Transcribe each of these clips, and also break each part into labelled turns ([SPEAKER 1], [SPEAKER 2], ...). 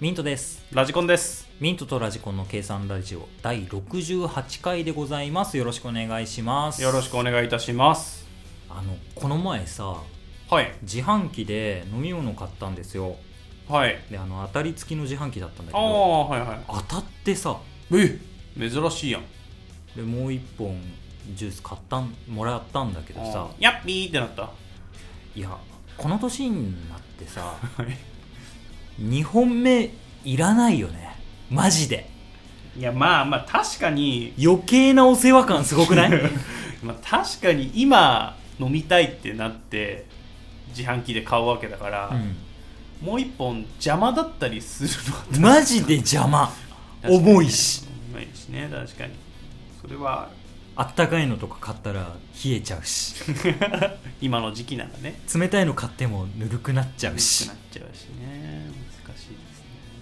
[SPEAKER 1] ミントです。
[SPEAKER 2] ラジコンです。
[SPEAKER 1] ミントとラジコンの計算ラジオ第68回でございます。よろしくお願いします。
[SPEAKER 2] よろしくお願いいたします。
[SPEAKER 1] あの、この前さ、
[SPEAKER 2] はい。
[SPEAKER 1] 自販機で飲み物買ったんですよ。
[SPEAKER 2] はい。
[SPEAKER 1] で、あの、当たり付きの自販機だったんだけ
[SPEAKER 2] あ
[SPEAKER 1] ど、
[SPEAKER 2] あ、はいは
[SPEAKER 1] 当たってさ、
[SPEAKER 2] い。え珍しいやん。
[SPEAKER 1] で、もう一本ジュース買ったん、もらったんだけどさ
[SPEAKER 2] あー、やっぴーってなった。
[SPEAKER 1] いや、この年になってさ、
[SPEAKER 2] はい。
[SPEAKER 1] 2本目いらないよね。マジで。
[SPEAKER 2] いや、まあまあ、確かに、
[SPEAKER 1] 余計なお世話感すごく ない
[SPEAKER 2] まあ、確かに今、飲みたいってなって、自販機で買うわけだから、
[SPEAKER 1] う
[SPEAKER 2] もう一本邪魔だったりするのは
[SPEAKER 1] ん。マジで邪魔。
[SPEAKER 2] 確かに
[SPEAKER 1] 重いし。
[SPEAKER 2] 重いしね、確かに。それ は、
[SPEAKER 1] あったかいのとか買ったら冷えちゃうし
[SPEAKER 2] 今の時期ならね、
[SPEAKER 1] 冷たいの買ってもぬるくなっちゃうし
[SPEAKER 2] なっちゃうしね、難しいですね。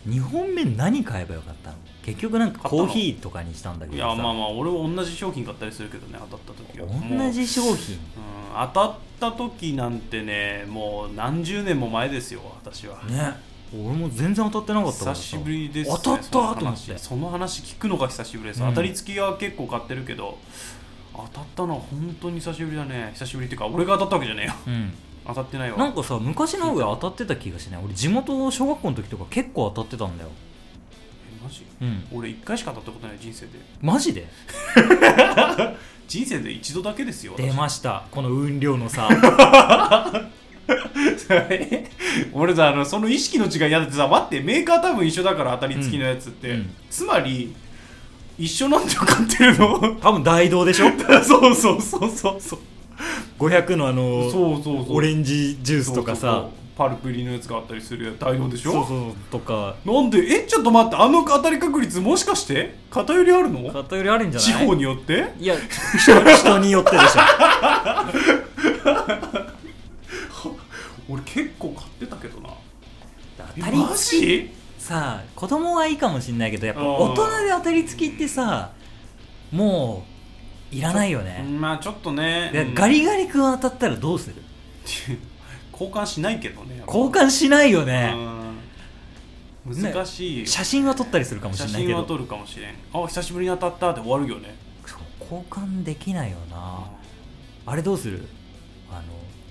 [SPEAKER 1] 2本目何買えばよかったの結局なんかコーヒーとかにしたんだけ
[SPEAKER 2] い
[SPEAKER 1] ど
[SPEAKER 2] や
[SPEAKER 1] さ、
[SPEAKER 2] まあまあ俺は同じ商品買ったりするけどね当たった時は
[SPEAKER 1] 同
[SPEAKER 2] も
[SPEAKER 1] じ商品
[SPEAKER 2] う、うん、当たった時なんてねもう何十年も前ですよ私は
[SPEAKER 1] ね俺も全然当たってなかったか
[SPEAKER 2] 久
[SPEAKER 1] らさ
[SPEAKER 2] しぶりです、ね、
[SPEAKER 1] 当たった
[SPEAKER 2] その話
[SPEAKER 1] と思って
[SPEAKER 2] その話聞くのが久しぶりです、
[SPEAKER 1] うん
[SPEAKER 2] 当たり付きは結構買ってるけど当たったのは本当に久しぶりだね久しぶりっていうか俺が当たったわけじゃねえよ
[SPEAKER 1] うん、
[SPEAKER 2] 当たってないわ
[SPEAKER 1] なんかさ昔の方が当たってた気がしない俺地元小学校の時とか結構当たってたんだよ
[SPEAKER 2] えマジ
[SPEAKER 1] うん
[SPEAKER 2] 俺一回しか当たったことない人生で
[SPEAKER 1] マジで
[SPEAKER 2] 人生で一度だけですよ
[SPEAKER 1] 出
[SPEAKER 2] 私
[SPEAKER 1] ましたこの運量の さ
[SPEAKER 2] え 俺さあのその意識の違いやだってさ待ってメーカー多分一緒だから当たり付きのやつって、
[SPEAKER 1] うんうん
[SPEAKER 2] つまり一緒なんだよ買ってるの
[SPEAKER 1] 多分大道でしょ
[SPEAKER 2] そうそうそうそうそう
[SPEAKER 1] 500のあの
[SPEAKER 2] そうそうそう
[SPEAKER 1] オレンジジュースとか
[SPEAKER 2] そう
[SPEAKER 1] さ
[SPEAKER 2] そうそうパルプ入りのやつがあったりするやつ大量でしょ
[SPEAKER 1] そうそうとか
[SPEAKER 2] なんでえちょっと待ってあの当たり確率もしかして偏りあるの
[SPEAKER 1] 偏りあるんじゃない
[SPEAKER 2] 地方によって
[SPEAKER 1] いや人人によってでしょ
[SPEAKER 2] 俺結構買ってたけどなえ
[SPEAKER 1] 当たり
[SPEAKER 2] マジ
[SPEAKER 1] さあ子供はいいかもしれないけどやっぱ
[SPEAKER 2] うん
[SPEAKER 1] 大人で当たり付きってさもういらないよね
[SPEAKER 2] まあちょっとね
[SPEAKER 1] で
[SPEAKER 2] うん
[SPEAKER 1] ガリガリ君当たったらどうする
[SPEAKER 2] 交換しないけどね
[SPEAKER 1] 交換しないよね
[SPEAKER 2] うん難しい、
[SPEAKER 1] 写真は撮ったりするかもし
[SPEAKER 2] 写
[SPEAKER 1] れないけ
[SPEAKER 2] 真は
[SPEAKER 1] ど
[SPEAKER 2] 撮るかもしれんあ久しぶりに当たったで終わるよね
[SPEAKER 1] そう交換できないよなあれどうするあの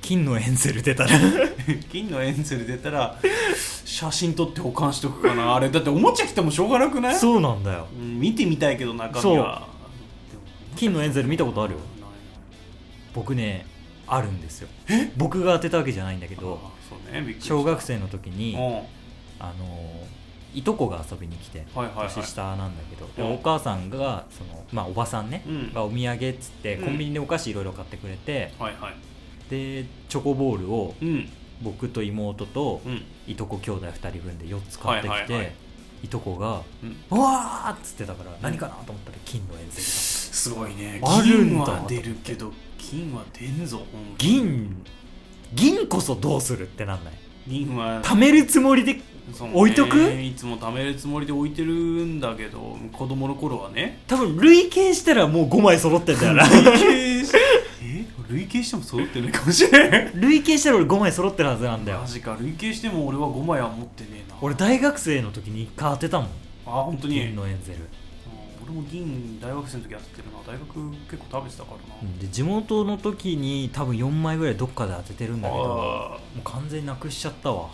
[SPEAKER 1] 金のエンゼル出たら
[SPEAKER 2] 金のエンゼル出たら写真撮って保管しとくかなあれだっておもちゃ来てもしょうがなくない
[SPEAKER 1] そうなんだよ
[SPEAKER 2] うん見てみたいけど中身は
[SPEAKER 1] 金のエンゼル見たことあるよ
[SPEAKER 2] ないな
[SPEAKER 1] 僕ねあるんですよ僕が当てたわけじゃないんだけど
[SPEAKER 2] あそうねびっくりした
[SPEAKER 1] 小学生の時に
[SPEAKER 2] うんはい
[SPEAKER 1] あのいとこが遊びに来て
[SPEAKER 2] はいはい
[SPEAKER 1] 年下なんだけど、で
[SPEAKER 2] う
[SPEAKER 1] お
[SPEAKER 2] ん
[SPEAKER 1] 母さんがその、まあ、おばさんね、
[SPEAKER 2] うん
[SPEAKER 1] がお土産っつって
[SPEAKER 2] うん
[SPEAKER 1] コンビニでお菓子いろいろ買ってくれて、
[SPEAKER 2] はいはい
[SPEAKER 1] でチョコボールを
[SPEAKER 2] うん
[SPEAKER 1] 僕と妹と
[SPEAKER 2] うん
[SPEAKER 1] いとこ兄弟2人分で4つ買ってきて、
[SPEAKER 2] はい
[SPEAKER 1] い
[SPEAKER 2] はいはい
[SPEAKER 1] とこが
[SPEAKER 2] うん
[SPEAKER 1] 「うわー!」っつってたから何かなと思ったら金の遠征
[SPEAKER 2] すごいね
[SPEAKER 1] あるん
[SPEAKER 2] 銀
[SPEAKER 1] だ
[SPEAKER 2] は出るけど金は出んぞ本気
[SPEAKER 1] 銀銀こそどうするってなんない
[SPEAKER 2] 銀は
[SPEAKER 1] 貯めるつもりで
[SPEAKER 2] そうね
[SPEAKER 1] 置いとく
[SPEAKER 2] いつも貯めるつもりで置いてるんだけど子供の頃はね
[SPEAKER 1] 多分累計したらもう5枚揃って んだよな
[SPEAKER 2] 累計しえ累計しても揃ってないかもしれない
[SPEAKER 1] 累計したら俺5枚揃ってるはずなんだよ
[SPEAKER 2] マジか累計しても俺は5枚は持ってねえな
[SPEAKER 1] 俺大学生の時に一回当てたもん
[SPEAKER 2] あ本当に
[SPEAKER 1] 銀のエンゼル
[SPEAKER 2] うん俺も銀大学生の時やってるな大学結構食べてたから
[SPEAKER 1] う
[SPEAKER 2] なん
[SPEAKER 1] で地元の時に多分4枚ぐらいどっかで当ててるんだけども
[SPEAKER 2] ああ
[SPEAKER 1] う完全になくしちゃったわ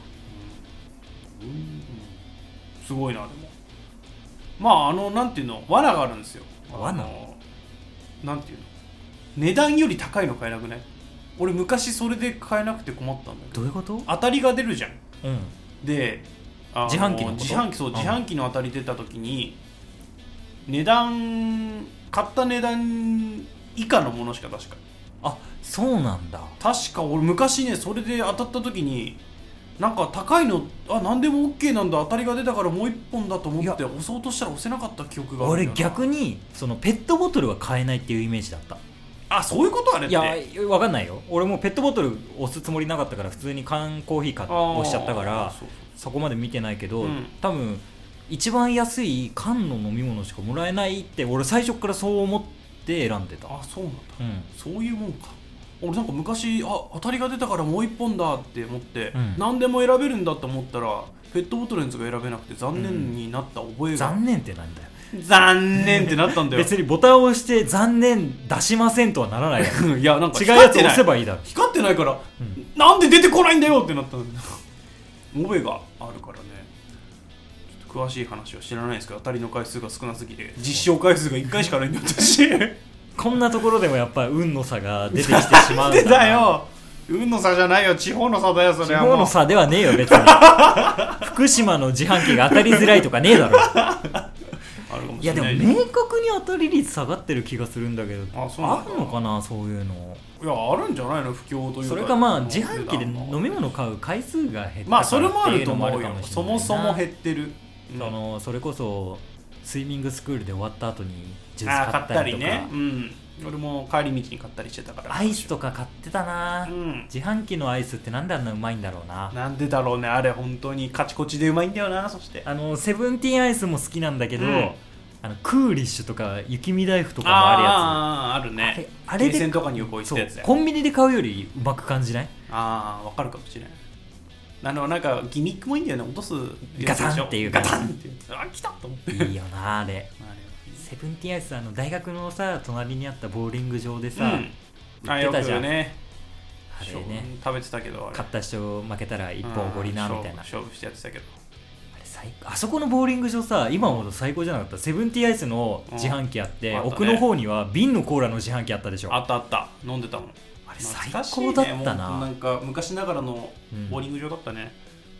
[SPEAKER 2] うんうんすごいなでもまああのなんていうの罠があるんですよ
[SPEAKER 1] 罠
[SPEAKER 2] あのなんていうの値段より高いの買えなくない俺昔それで買えなくて困ったんだけ
[SPEAKER 1] ど
[SPEAKER 2] ど
[SPEAKER 1] ういうこと
[SPEAKER 2] 当たりが出るじゃん
[SPEAKER 1] うん
[SPEAKER 2] であ
[SPEAKER 1] 自販機のこと
[SPEAKER 2] 自販機そう
[SPEAKER 1] うん
[SPEAKER 2] 自販機の当たり出た時に値段買った値段以下のものしか確か
[SPEAKER 1] あそうなんだ
[SPEAKER 2] 確か俺昔ねそれで当たった時になんか高いのあ何でも OK なんだ当たりが出たからもう一本だと思
[SPEAKER 1] いや
[SPEAKER 2] って押そうとしたら押せなかった記憶がある
[SPEAKER 1] 俺
[SPEAKER 2] んだよな
[SPEAKER 1] 逆にそのペットボトルは買えないっていうイメージだった
[SPEAKER 2] あそういうことあれ
[SPEAKER 1] い
[SPEAKER 2] って
[SPEAKER 1] やわかんないよ俺もうペットボトル押すつもりなかったから普通に缶コーヒー買って押しちゃったから
[SPEAKER 2] そう
[SPEAKER 1] そこまで見てないけど、
[SPEAKER 2] うん
[SPEAKER 1] 多分一番安い缶の飲み物しかもらえないって俺最初からそう思って選んでた
[SPEAKER 2] あそうなんだ
[SPEAKER 1] うん
[SPEAKER 2] そういうもんか俺なんか昔あ当たりが出たからもう一本だって思って、
[SPEAKER 1] うん
[SPEAKER 2] 何でも選べるんだと思ったらペットボトルのやつが選べなくて残念になった覚えが、
[SPEAKER 1] 残念ってなんだよ
[SPEAKER 2] 残念ってなったんだよ
[SPEAKER 1] 別にボタンを押して残念出しませんとはならないやん
[SPEAKER 2] いやなんか
[SPEAKER 1] 違うやつ
[SPEAKER 2] 光って
[SPEAKER 1] 押
[SPEAKER 2] ない
[SPEAKER 1] せばいいだろ
[SPEAKER 2] 光ってないから、
[SPEAKER 1] うん
[SPEAKER 2] なんで出てこないんだよってなったんだよ覚えがあるからねちょっと詳しい話は知らないですけど当たりの回数が少なすぎて実証回数が1回しかないんだよ 私
[SPEAKER 1] こんなところでもやっぱり運の差が出てきてし まうん
[SPEAKER 2] で
[SPEAKER 1] だな
[SPEAKER 2] だよ運の差じゃないよ地方の差だよそ
[SPEAKER 1] 地
[SPEAKER 2] れは
[SPEAKER 1] 方
[SPEAKER 2] も
[SPEAKER 1] の
[SPEAKER 2] う
[SPEAKER 1] 差ではねえよ別に 福島の自販機が当たりづらいとかねえだろ
[SPEAKER 2] あるかも
[SPEAKER 1] い
[SPEAKER 2] しれ
[SPEAKER 1] やでも
[SPEAKER 2] ない
[SPEAKER 1] 明
[SPEAKER 2] ね
[SPEAKER 1] 確に当たり率下がってる気がするんだけど
[SPEAKER 2] あそうなん
[SPEAKER 1] あ
[SPEAKER 2] だ
[SPEAKER 1] るのかなそういうの
[SPEAKER 2] いやあるんじゃないの不況というか
[SPEAKER 1] それかまあ自販機で飲み物買う回数が減ったから
[SPEAKER 2] まあそれもあ
[SPEAKER 1] ってい
[SPEAKER 2] ると
[SPEAKER 1] の
[SPEAKER 2] 思う
[SPEAKER 1] か
[SPEAKER 2] よ
[SPEAKER 1] もし
[SPEAKER 2] そ
[SPEAKER 1] れない
[SPEAKER 2] も
[SPEAKER 1] な
[SPEAKER 2] そも減ってるうん
[SPEAKER 1] そのそれこそスイミングスクールで終わった後にジュー
[SPEAKER 2] あ
[SPEAKER 1] ス買
[SPEAKER 2] ー買
[SPEAKER 1] っ
[SPEAKER 2] ったた
[SPEAKER 1] り
[SPEAKER 2] り
[SPEAKER 1] とか
[SPEAKER 2] ねうん俺も帰り道に買ったりしてたから
[SPEAKER 1] アイスとか買ってたな、
[SPEAKER 2] うん
[SPEAKER 1] 自販機のアイスってなんであんなうまいんだろうな
[SPEAKER 2] なんでだろうねあれ本当にカチコチでうまいんだよなそして
[SPEAKER 1] あのセブンティーンアイスも好きなんだけど、
[SPEAKER 2] うん
[SPEAKER 1] あのクーリッシュとか雪見だいふとかもあ
[SPEAKER 2] あーある
[SPEAKER 1] るやつ
[SPEAKER 2] ね
[SPEAKER 1] あれあれ
[SPEAKER 2] ゲーセン
[SPEAKER 1] で
[SPEAKER 2] とかに横行っ
[SPEAKER 1] そ
[SPEAKER 2] た
[SPEAKER 1] う
[SPEAKER 2] やつだよ
[SPEAKER 1] コンビニで買うよりうまく感じない
[SPEAKER 2] ああわかるかもしれないあのなんかギミックもいいんだよね落とすや
[SPEAKER 1] ガ
[SPEAKER 2] つでしょ
[SPEAKER 1] タンっていう
[SPEAKER 2] ガタンっていうあ来たと思って
[SPEAKER 1] いいよなあれ
[SPEAKER 2] あ
[SPEAKER 1] セブンティーンアイスあの大学のさ隣にあったボーリング場で
[SPEAKER 2] れ
[SPEAKER 1] さ、
[SPEAKER 2] うんあ
[SPEAKER 1] 言
[SPEAKER 2] よ
[SPEAKER 1] っ
[SPEAKER 2] く
[SPEAKER 1] てたじゃん
[SPEAKER 2] ね
[SPEAKER 1] あれ
[SPEAKER 2] 勝負
[SPEAKER 1] ね
[SPEAKER 2] 食べてたけどあれ
[SPEAKER 1] 買った人負けたら一本おごりなみたいなあれ
[SPEAKER 2] 勝負勝負してやってたけど
[SPEAKER 1] 最高あそこのボーリング場さ今ほど最高じゃなかったセブンティーンアイスの自販機あって、
[SPEAKER 2] うんあったね
[SPEAKER 1] 奥の方には瓶のコーラの自販機あったでしょあ
[SPEAKER 2] あったあった飲んでたもん
[SPEAKER 1] れ最高だったな、
[SPEAKER 2] 懐かしいねもうなんか昔ながらの
[SPEAKER 1] うん
[SPEAKER 2] ボーリング場だったね、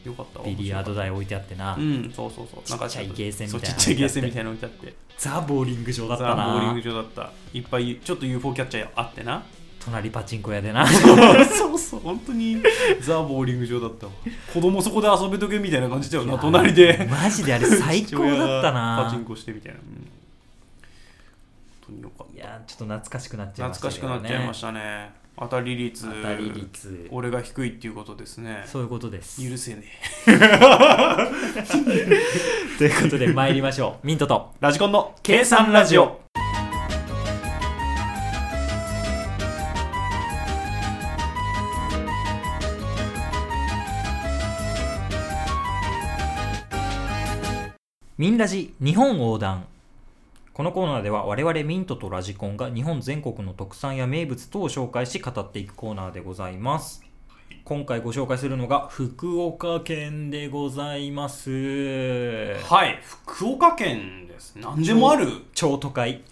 [SPEAKER 2] よかったわ
[SPEAKER 1] ビリヤード台置いてあってな、
[SPEAKER 2] うんそうそうそうなんか
[SPEAKER 1] ちっちゃいゲーセンみたいな
[SPEAKER 2] そうちっちゃいゲーセンみたいなの置いてあって
[SPEAKER 1] ザ・ボーリング場だった
[SPEAKER 2] ザ・ボーリン
[SPEAKER 1] な
[SPEAKER 2] グ場だったいっぱいちょっと UFO キャッチャーあってな
[SPEAKER 1] 隣パチンコ屋でな
[SPEAKER 2] そうそう本当にザ・ボーリング場だったわ子供そこで遊べとけみたいな感じだよな 隣で
[SPEAKER 1] マジであれ最高だった
[SPEAKER 2] 父親がパチン
[SPEAKER 1] な
[SPEAKER 2] コしてみたいな、うん本当によかっ
[SPEAKER 1] い
[SPEAKER 2] た
[SPEAKER 1] やーちょっと懐かしくなっちゃいました
[SPEAKER 2] 懐かしくなっちゃいましたね当たり率
[SPEAKER 1] 当たり率
[SPEAKER 2] 俺が低いっていうことですね
[SPEAKER 1] そういうことです
[SPEAKER 2] 許せねえ
[SPEAKER 1] ということで参りましょうミントと
[SPEAKER 2] ラジコンの計算ラジオ。
[SPEAKER 1] ミンラジ日本横断このコーナーでは我々ミントとラジコンが日本全国の特産や名物等を紹介し語っていくコーナーでございます今回ご紹介するのが福岡県でございます
[SPEAKER 2] はい、福岡県です。何でもある。
[SPEAKER 1] 超都会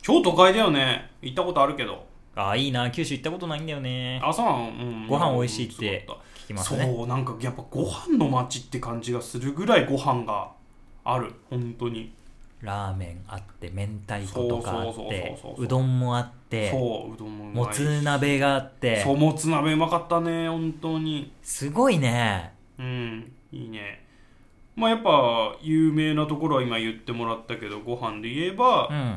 [SPEAKER 2] 超都会だよね。行ったことあるけど。
[SPEAKER 1] あいいな九州行ったことないんだよね
[SPEAKER 2] 朝は、うん、
[SPEAKER 1] ご飯美味しいって
[SPEAKER 2] そうだった
[SPEAKER 1] 聞きますね
[SPEAKER 2] そう、なんかやっぱご飯の街って感じがするぐらいご飯がある。本当に。
[SPEAKER 1] ラーメンあって明太子とかあっ
[SPEAKER 2] そうそうそう
[SPEAKER 1] て
[SPEAKER 2] そうそうそう
[SPEAKER 1] うどんもあって
[SPEAKER 2] そう、うどんもうまい。
[SPEAKER 1] もつ鍋があって
[SPEAKER 2] そう、もつ鍋うまかったね。本当に。
[SPEAKER 1] すごいね
[SPEAKER 2] うん、いいね。まあやっぱ有名なところは今言ってもらったけどご飯で言えば、
[SPEAKER 1] うん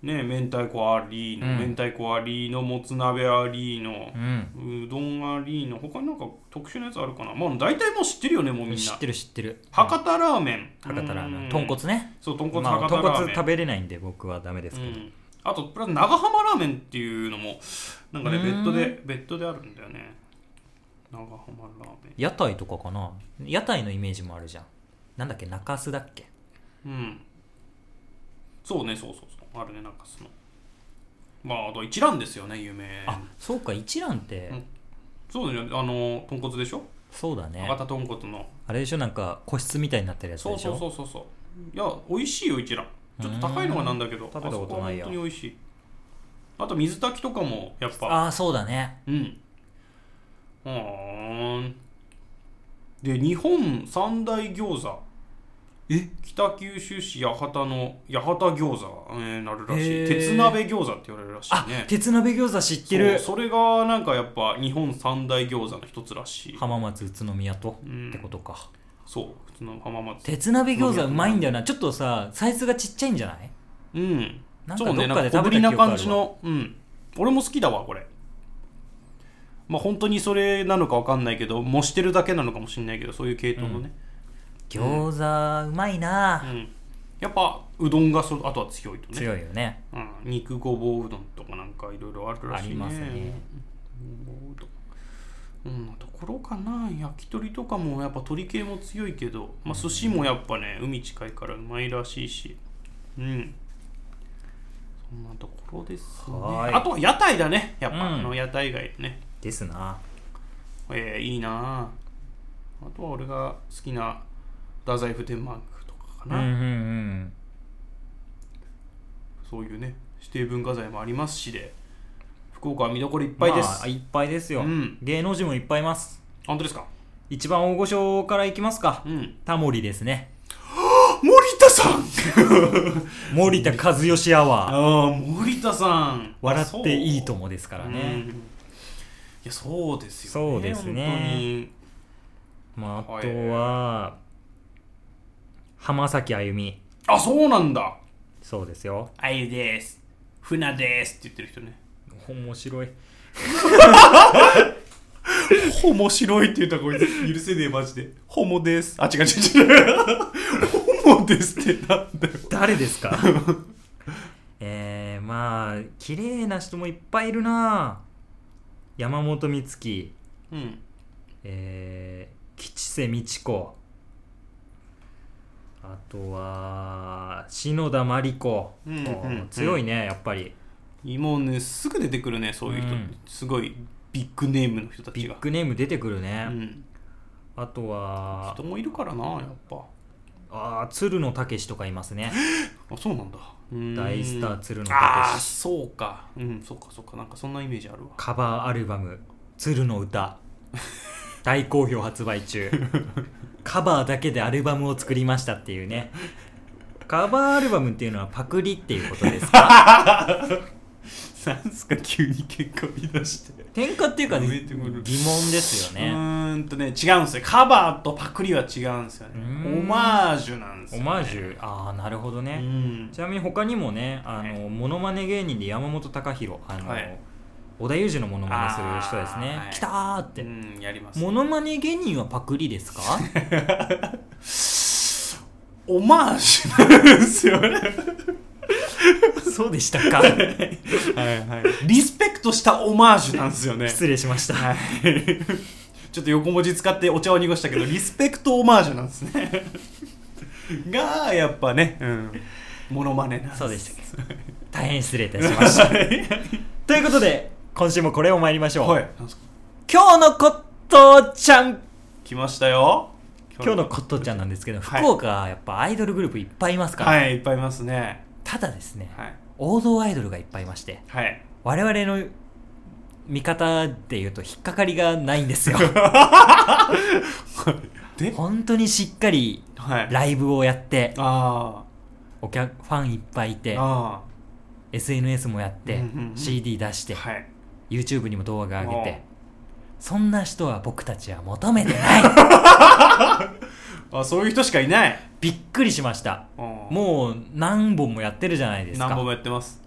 [SPEAKER 2] ね明太子ありの、
[SPEAKER 1] うん
[SPEAKER 2] 明太子ありのもつ鍋ありの
[SPEAKER 1] う、ん
[SPEAKER 2] うどんありの他になんか特殊なやつあるかなまあ大体もう知ってるよねもうみんな
[SPEAKER 1] 知ってる知ってる
[SPEAKER 2] 博多ラーメン
[SPEAKER 1] 博多ラーメ
[SPEAKER 2] う
[SPEAKER 1] ン
[SPEAKER 2] ん
[SPEAKER 1] 豚骨ね
[SPEAKER 2] そう豚骨
[SPEAKER 1] まあ、
[SPEAKER 2] 博
[SPEAKER 1] 豚
[SPEAKER 2] 多ラーメン、
[SPEAKER 1] 骨食べれないんで僕はダメですけど、
[SPEAKER 2] うんあとプラス長浜ラーメンっていうのもなんかね
[SPEAKER 1] うん
[SPEAKER 2] 別途で別途であるんだよね長浜ラーメ
[SPEAKER 1] 屋台とかかな屋台のイメージもあるじゃんなんだっけ中洲だっけ
[SPEAKER 2] ンうんそうねそうそうそうあるねなんかそのまああと一蘭ですよね有名
[SPEAKER 1] あそうか一蘭って、
[SPEAKER 2] うんそうだよねあの豚骨でしょ
[SPEAKER 1] そうだね
[SPEAKER 2] 博多豚骨の
[SPEAKER 1] あれでしょなんか個室みたいになってるやつ
[SPEAKER 2] そ
[SPEAKER 1] で
[SPEAKER 2] う
[SPEAKER 1] し
[SPEAKER 2] そ
[SPEAKER 1] ょ
[SPEAKER 2] うそうそうそういや美味しいよ一蘭ちょっと高いのがなんだけど
[SPEAKER 1] 食べたことないや
[SPEAKER 2] あそこは本当に美味しいあと水炊きとかもやっぱ
[SPEAKER 1] ああそうだね
[SPEAKER 2] うんうーんで日本三大餃子
[SPEAKER 1] え
[SPEAKER 2] 北九州市八幡の八幡餃子、えーなるら
[SPEAKER 1] へ
[SPEAKER 2] しい
[SPEAKER 1] ー
[SPEAKER 2] 鉄鍋餃子って言われるらし
[SPEAKER 1] あ
[SPEAKER 2] いね
[SPEAKER 1] 鉄鍋餃子知ってる
[SPEAKER 2] そうそれがなんかやっぱ日本三大餃子の一つらしい
[SPEAKER 1] 浜松宇都宮と、
[SPEAKER 2] うん
[SPEAKER 1] ってことか
[SPEAKER 2] そう普通の浜松
[SPEAKER 1] 鉄鍋餃子うまいんだよなちょっとさサイズがちっちゃいんじゃない
[SPEAKER 2] うん
[SPEAKER 1] なんか
[SPEAKER 2] そうね、
[SPEAKER 1] ど
[SPEAKER 2] な
[SPEAKER 1] っかで
[SPEAKER 2] んか小ぶ
[SPEAKER 1] 食べた
[SPEAKER 2] りな
[SPEAKER 1] 記憶あるわ
[SPEAKER 2] 感じの、うん。俺も好きだわ、これ。まあ本当にそれなのかわかんないけど、模してるだけなのかもしれないけど、そういう系統のね。
[SPEAKER 1] 餃子うまいな
[SPEAKER 2] う、ん。やっぱ、うどんがそ、あとは強いとね。
[SPEAKER 1] 強いよね
[SPEAKER 2] うん、肉ごぼううどんとかなんかいろいろあるらしいね。
[SPEAKER 1] ありますね
[SPEAKER 2] うどんうんところかな焼き鳥とかもやっぱ鳥系も強いけど、まあ、寿司もやっぱね海近いからうまいらしいしうんそんなところですね
[SPEAKER 1] はい
[SPEAKER 2] あとは屋台だねやっぱ、
[SPEAKER 1] うん
[SPEAKER 2] あの屋台街ね
[SPEAKER 1] ですな
[SPEAKER 2] えー、いいなああとは俺が好きな太宰府天満宮とかか
[SPEAKER 1] うん
[SPEAKER 2] な、
[SPEAKER 1] うんうん
[SPEAKER 2] そういうね指定文化財もありますしで福岡は見どころいっぱいです、
[SPEAKER 1] まあ、いっぱいですよ、
[SPEAKER 2] うん
[SPEAKER 1] 芸能人もいっぱいいます
[SPEAKER 2] 本当ですか
[SPEAKER 1] 一番大御所からいきますか、
[SPEAKER 2] うん
[SPEAKER 1] タモリですね
[SPEAKER 2] 森田さん
[SPEAKER 1] 森田和義アワー
[SPEAKER 2] ああ森田さん
[SPEAKER 1] 笑っていいと
[SPEAKER 2] 思
[SPEAKER 1] もですか
[SPEAKER 2] う
[SPEAKER 1] ら
[SPEAKER 2] ん
[SPEAKER 1] ね、
[SPEAKER 2] いやそうですよね
[SPEAKER 1] そうですね
[SPEAKER 2] 本当に
[SPEAKER 1] まあ、
[SPEAKER 2] は
[SPEAKER 1] あ
[SPEAKER 2] い
[SPEAKER 1] とは浜崎あゆみ
[SPEAKER 2] あそうなんだ
[SPEAKER 1] そうですよ
[SPEAKER 2] あゆです船ですって言ってる人ね
[SPEAKER 1] 面白い
[SPEAKER 2] 面白いって言ったらこいつ許せねえマジでホモですあ違う違う違うホモですってなんだよ
[SPEAKER 1] 誰ですか えー、まあ綺麗な人もいっぱいいるな山本美月
[SPEAKER 2] うん
[SPEAKER 1] えー、吉瀬美智子あとは篠田真理子、
[SPEAKER 2] うんうんうん
[SPEAKER 1] 強いねやっぱり
[SPEAKER 2] 今ねすぐ出てくるねそういう人、
[SPEAKER 1] うん
[SPEAKER 2] すごいビッグネームの人た
[SPEAKER 1] ビ
[SPEAKER 2] ちが
[SPEAKER 1] ッグネーム出てくるね、
[SPEAKER 2] うん、
[SPEAKER 1] あとは
[SPEAKER 2] 人もいるからなやっぱ
[SPEAKER 1] あー鶴野武とかいますね
[SPEAKER 2] あそうなんだうん
[SPEAKER 1] 大スター鶴野
[SPEAKER 2] ああ
[SPEAKER 1] 武
[SPEAKER 2] そうかうんそうかそうかなんかそんなイメージあるわ
[SPEAKER 1] カバーアルバム「鶴の歌」大好評発売中カバーだけでアルバムを作りましたっていうねカバーアルバムっていうのはパクリっていうことです か
[SPEAKER 2] なんすか急に結果見出して
[SPEAKER 1] 転化っていうか、ね、
[SPEAKER 2] 増え
[SPEAKER 1] 疑
[SPEAKER 2] てくる
[SPEAKER 1] 問ですよ
[SPEAKER 2] う
[SPEAKER 1] ね
[SPEAKER 2] ーんとね違うんですよカバーとパクリは違うんですよね
[SPEAKER 1] うーん
[SPEAKER 2] オマージュなんです
[SPEAKER 1] オ
[SPEAKER 2] よ、ね、
[SPEAKER 1] マージュああなるほどね、
[SPEAKER 2] うん
[SPEAKER 1] ちなみに他にもねあの、
[SPEAKER 2] ね
[SPEAKER 1] モノマネ芸人で山本貴弘あの、
[SPEAKER 2] はい
[SPEAKER 1] 織田裕二のモノマネする人ですね
[SPEAKER 2] あーはい
[SPEAKER 1] 来たーって、
[SPEAKER 2] うんやります
[SPEAKER 1] モノマネ芸人はパクリ ですか
[SPEAKER 2] オマージュなんですよね
[SPEAKER 1] そうでしたか
[SPEAKER 2] はいはいリスペクトしたオマージュなんですよね
[SPEAKER 1] 失礼しました、
[SPEAKER 2] はい ちょっと横文字使ってお茶を濁したけどリスペクトオマージュなんですね がやっぱね、うん、モノマネなん
[SPEAKER 1] そうでしたっけ大変失礼いたしましたということで今週もこれを参りましょう、
[SPEAKER 2] はいなんすか
[SPEAKER 1] 今日のコットーちゃん
[SPEAKER 2] 来ましたよ
[SPEAKER 1] 今日のコットーちゃんなんですけど、
[SPEAKER 2] はい
[SPEAKER 1] 福岡はやっぱアイドルグループいっぱいいますから、
[SPEAKER 2] はいいっぱいいますね
[SPEAKER 1] ただですね、
[SPEAKER 2] はい
[SPEAKER 1] 王道アイドルがいっぱいいまして
[SPEAKER 2] はい
[SPEAKER 1] 我々の見方で言うと引っかかりがないんですよ
[SPEAKER 2] で、
[SPEAKER 1] 本当にしっかり
[SPEAKER 2] はい、あ
[SPEAKER 1] ライブをやって
[SPEAKER 2] あ
[SPEAKER 1] お客ファンいっぱいいて
[SPEAKER 2] ーあ
[SPEAKER 1] SNS もやって、
[SPEAKER 2] うんうんうん
[SPEAKER 1] CD 出して、
[SPEAKER 2] ーはい
[SPEAKER 1] YouTube にも動画上げ
[SPEAKER 2] おう
[SPEAKER 1] てそんな人は僕たちは求めて ない
[SPEAKER 2] あそういう人しかいない
[SPEAKER 1] びっくりしました
[SPEAKER 2] も
[SPEAKER 1] もう何本もやってるじゃないです
[SPEAKER 2] 何本も
[SPEAKER 1] か
[SPEAKER 2] やってます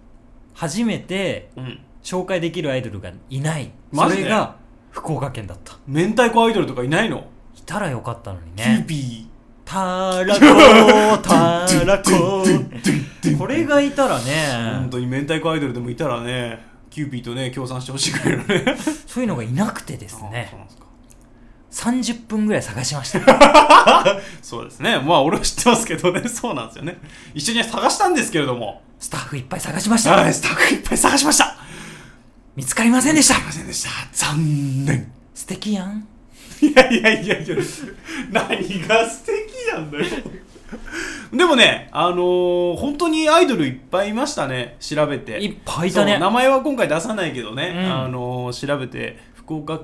[SPEAKER 1] 初めて
[SPEAKER 2] うん
[SPEAKER 1] 紹介できるアイドルがいないそ
[SPEAKER 2] マジで
[SPEAKER 1] れが福岡県だった
[SPEAKER 2] 明太子アイドルとかいないの、
[SPEAKER 1] いたらよかったのに
[SPEAKER 2] キー
[SPEAKER 1] ね
[SPEAKER 2] ピ
[SPEAKER 1] たらこたらこ これがいたら
[SPEAKER 2] ー本
[SPEAKER 1] ね
[SPEAKER 2] 当に明太子アイドルでもいたらねキューピーとね協賛してほしいくらいのね
[SPEAKER 1] そういうのがいなくてです
[SPEAKER 2] あそう
[SPEAKER 1] ね
[SPEAKER 2] なんですか
[SPEAKER 1] 30分ぐらい探しました
[SPEAKER 2] そうですねまあ俺は知ってますけどね そうなんですよね一緒に探したんですけれども
[SPEAKER 1] スタッフいっぱい探しました
[SPEAKER 2] はいスタッフいっぱい探しました
[SPEAKER 1] 見つかりませんでした
[SPEAKER 2] いませんでした残念
[SPEAKER 1] 素敵やん
[SPEAKER 2] いやいやいやいや何が素敵なんだよでもねあのー本当にアイドルいっぱいいましたね調べて
[SPEAKER 1] いっぱいいたね
[SPEAKER 2] そう名前は今回出さないけどね、
[SPEAKER 1] うん
[SPEAKER 2] あのー調べて福岡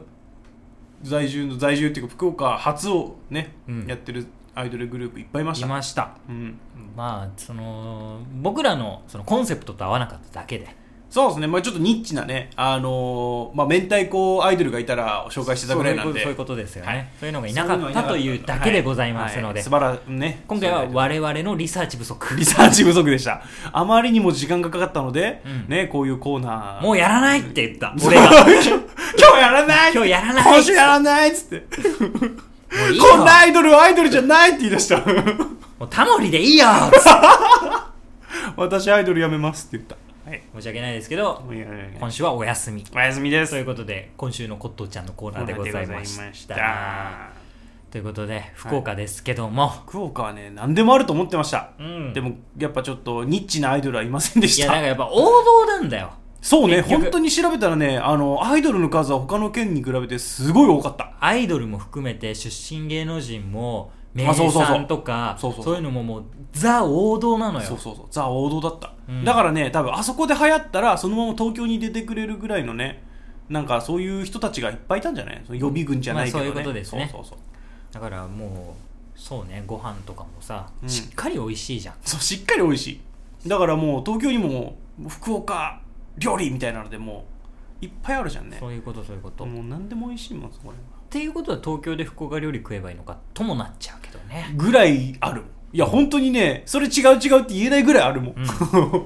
[SPEAKER 2] 在住の在住っていうか福岡初をね、
[SPEAKER 1] うん
[SPEAKER 2] やってるアイドルグループいっぱいいまし
[SPEAKER 1] い
[SPEAKER 2] た
[SPEAKER 1] ました
[SPEAKER 2] うん、
[SPEAKER 1] まあその僕らのそのコンセプトと合わなかっただけで
[SPEAKER 2] そうですね、まあ、ちょっとニッチなね、あのーまあ、明太子アイドルがいたら紹介してたぐらいなんで
[SPEAKER 1] そういうことそういうことですよね、
[SPEAKER 2] はい
[SPEAKER 1] そういうのがいなかったというだけでございますので、
[SPEAKER 2] 素晴らね
[SPEAKER 1] 今回は我々のリサーチ不足
[SPEAKER 2] リサーチ不足でしたあまりにも時間がかかったので、
[SPEAKER 1] うん
[SPEAKER 2] ねこういうコーナー
[SPEAKER 1] もうやらないって言った
[SPEAKER 2] そう
[SPEAKER 1] 俺が
[SPEAKER 2] 今日やらない
[SPEAKER 1] 今日やらない
[SPEAKER 2] 今週やらないっつって
[SPEAKER 1] もういいよ
[SPEAKER 2] こんなアイドルはアイドルじゃないって言い出した
[SPEAKER 1] もうタモリでいいよ
[SPEAKER 2] 私アイドルやめますって言ったはい
[SPEAKER 1] 申し訳ないですけど
[SPEAKER 2] いやいやいや
[SPEAKER 1] 今週はお休み
[SPEAKER 2] おやすみです
[SPEAKER 1] ということで今週のコットーちゃんのコーナーでございました
[SPEAKER 2] ありがとうございました
[SPEAKER 1] ということで福岡ですけども、
[SPEAKER 2] 福岡はね何でもあると思ってました、
[SPEAKER 1] うん
[SPEAKER 2] でもやっぱちょっとニッチなアイドルはいませんで
[SPEAKER 1] い
[SPEAKER 2] し
[SPEAKER 1] やなん
[SPEAKER 2] た
[SPEAKER 1] かやっぱ王道なんだよ
[SPEAKER 2] そうね
[SPEAKER 1] 結局
[SPEAKER 2] 本当に調べたらねあのアイドルの数は他の県に比べてすごい多かった
[SPEAKER 1] アイドルも含めて出身芸能人も名
[SPEAKER 2] あそうそうそう
[SPEAKER 1] 産とか
[SPEAKER 2] そうそうそ
[SPEAKER 1] そ
[SPEAKER 2] う
[SPEAKER 1] ういうのももうザ王道なの
[SPEAKER 2] そう
[SPEAKER 1] よ
[SPEAKER 2] そうそうザ王道だった、
[SPEAKER 1] うん
[SPEAKER 2] だからね多分あそこで流行ったらそのまま東京に出てくれるぐらいのねなんかそういう人たちがいっぱいいたんじゃないその予備軍じゃないけど、ね
[SPEAKER 1] まあそういうことですね
[SPEAKER 2] そうそうそう
[SPEAKER 1] だからもうそうねご飯とかもさ、
[SPEAKER 2] うん
[SPEAKER 1] しっかり美味しいじゃん
[SPEAKER 2] そうしっかり美味しいだからもう東京にも福岡料理みたいなのでもういっぱいあるじゃんね
[SPEAKER 1] そういうことそういうこと、っ
[SPEAKER 2] もう何でも美味しいもんそこれ
[SPEAKER 1] ていうことは東京で福岡料理食えばいいのかともなっちゃうけどね
[SPEAKER 2] ぐらいあるいや本当にねそれ違う違うって言えないぐらいあるもん、
[SPEAKER 1] うん
[SPEAKER 2] そ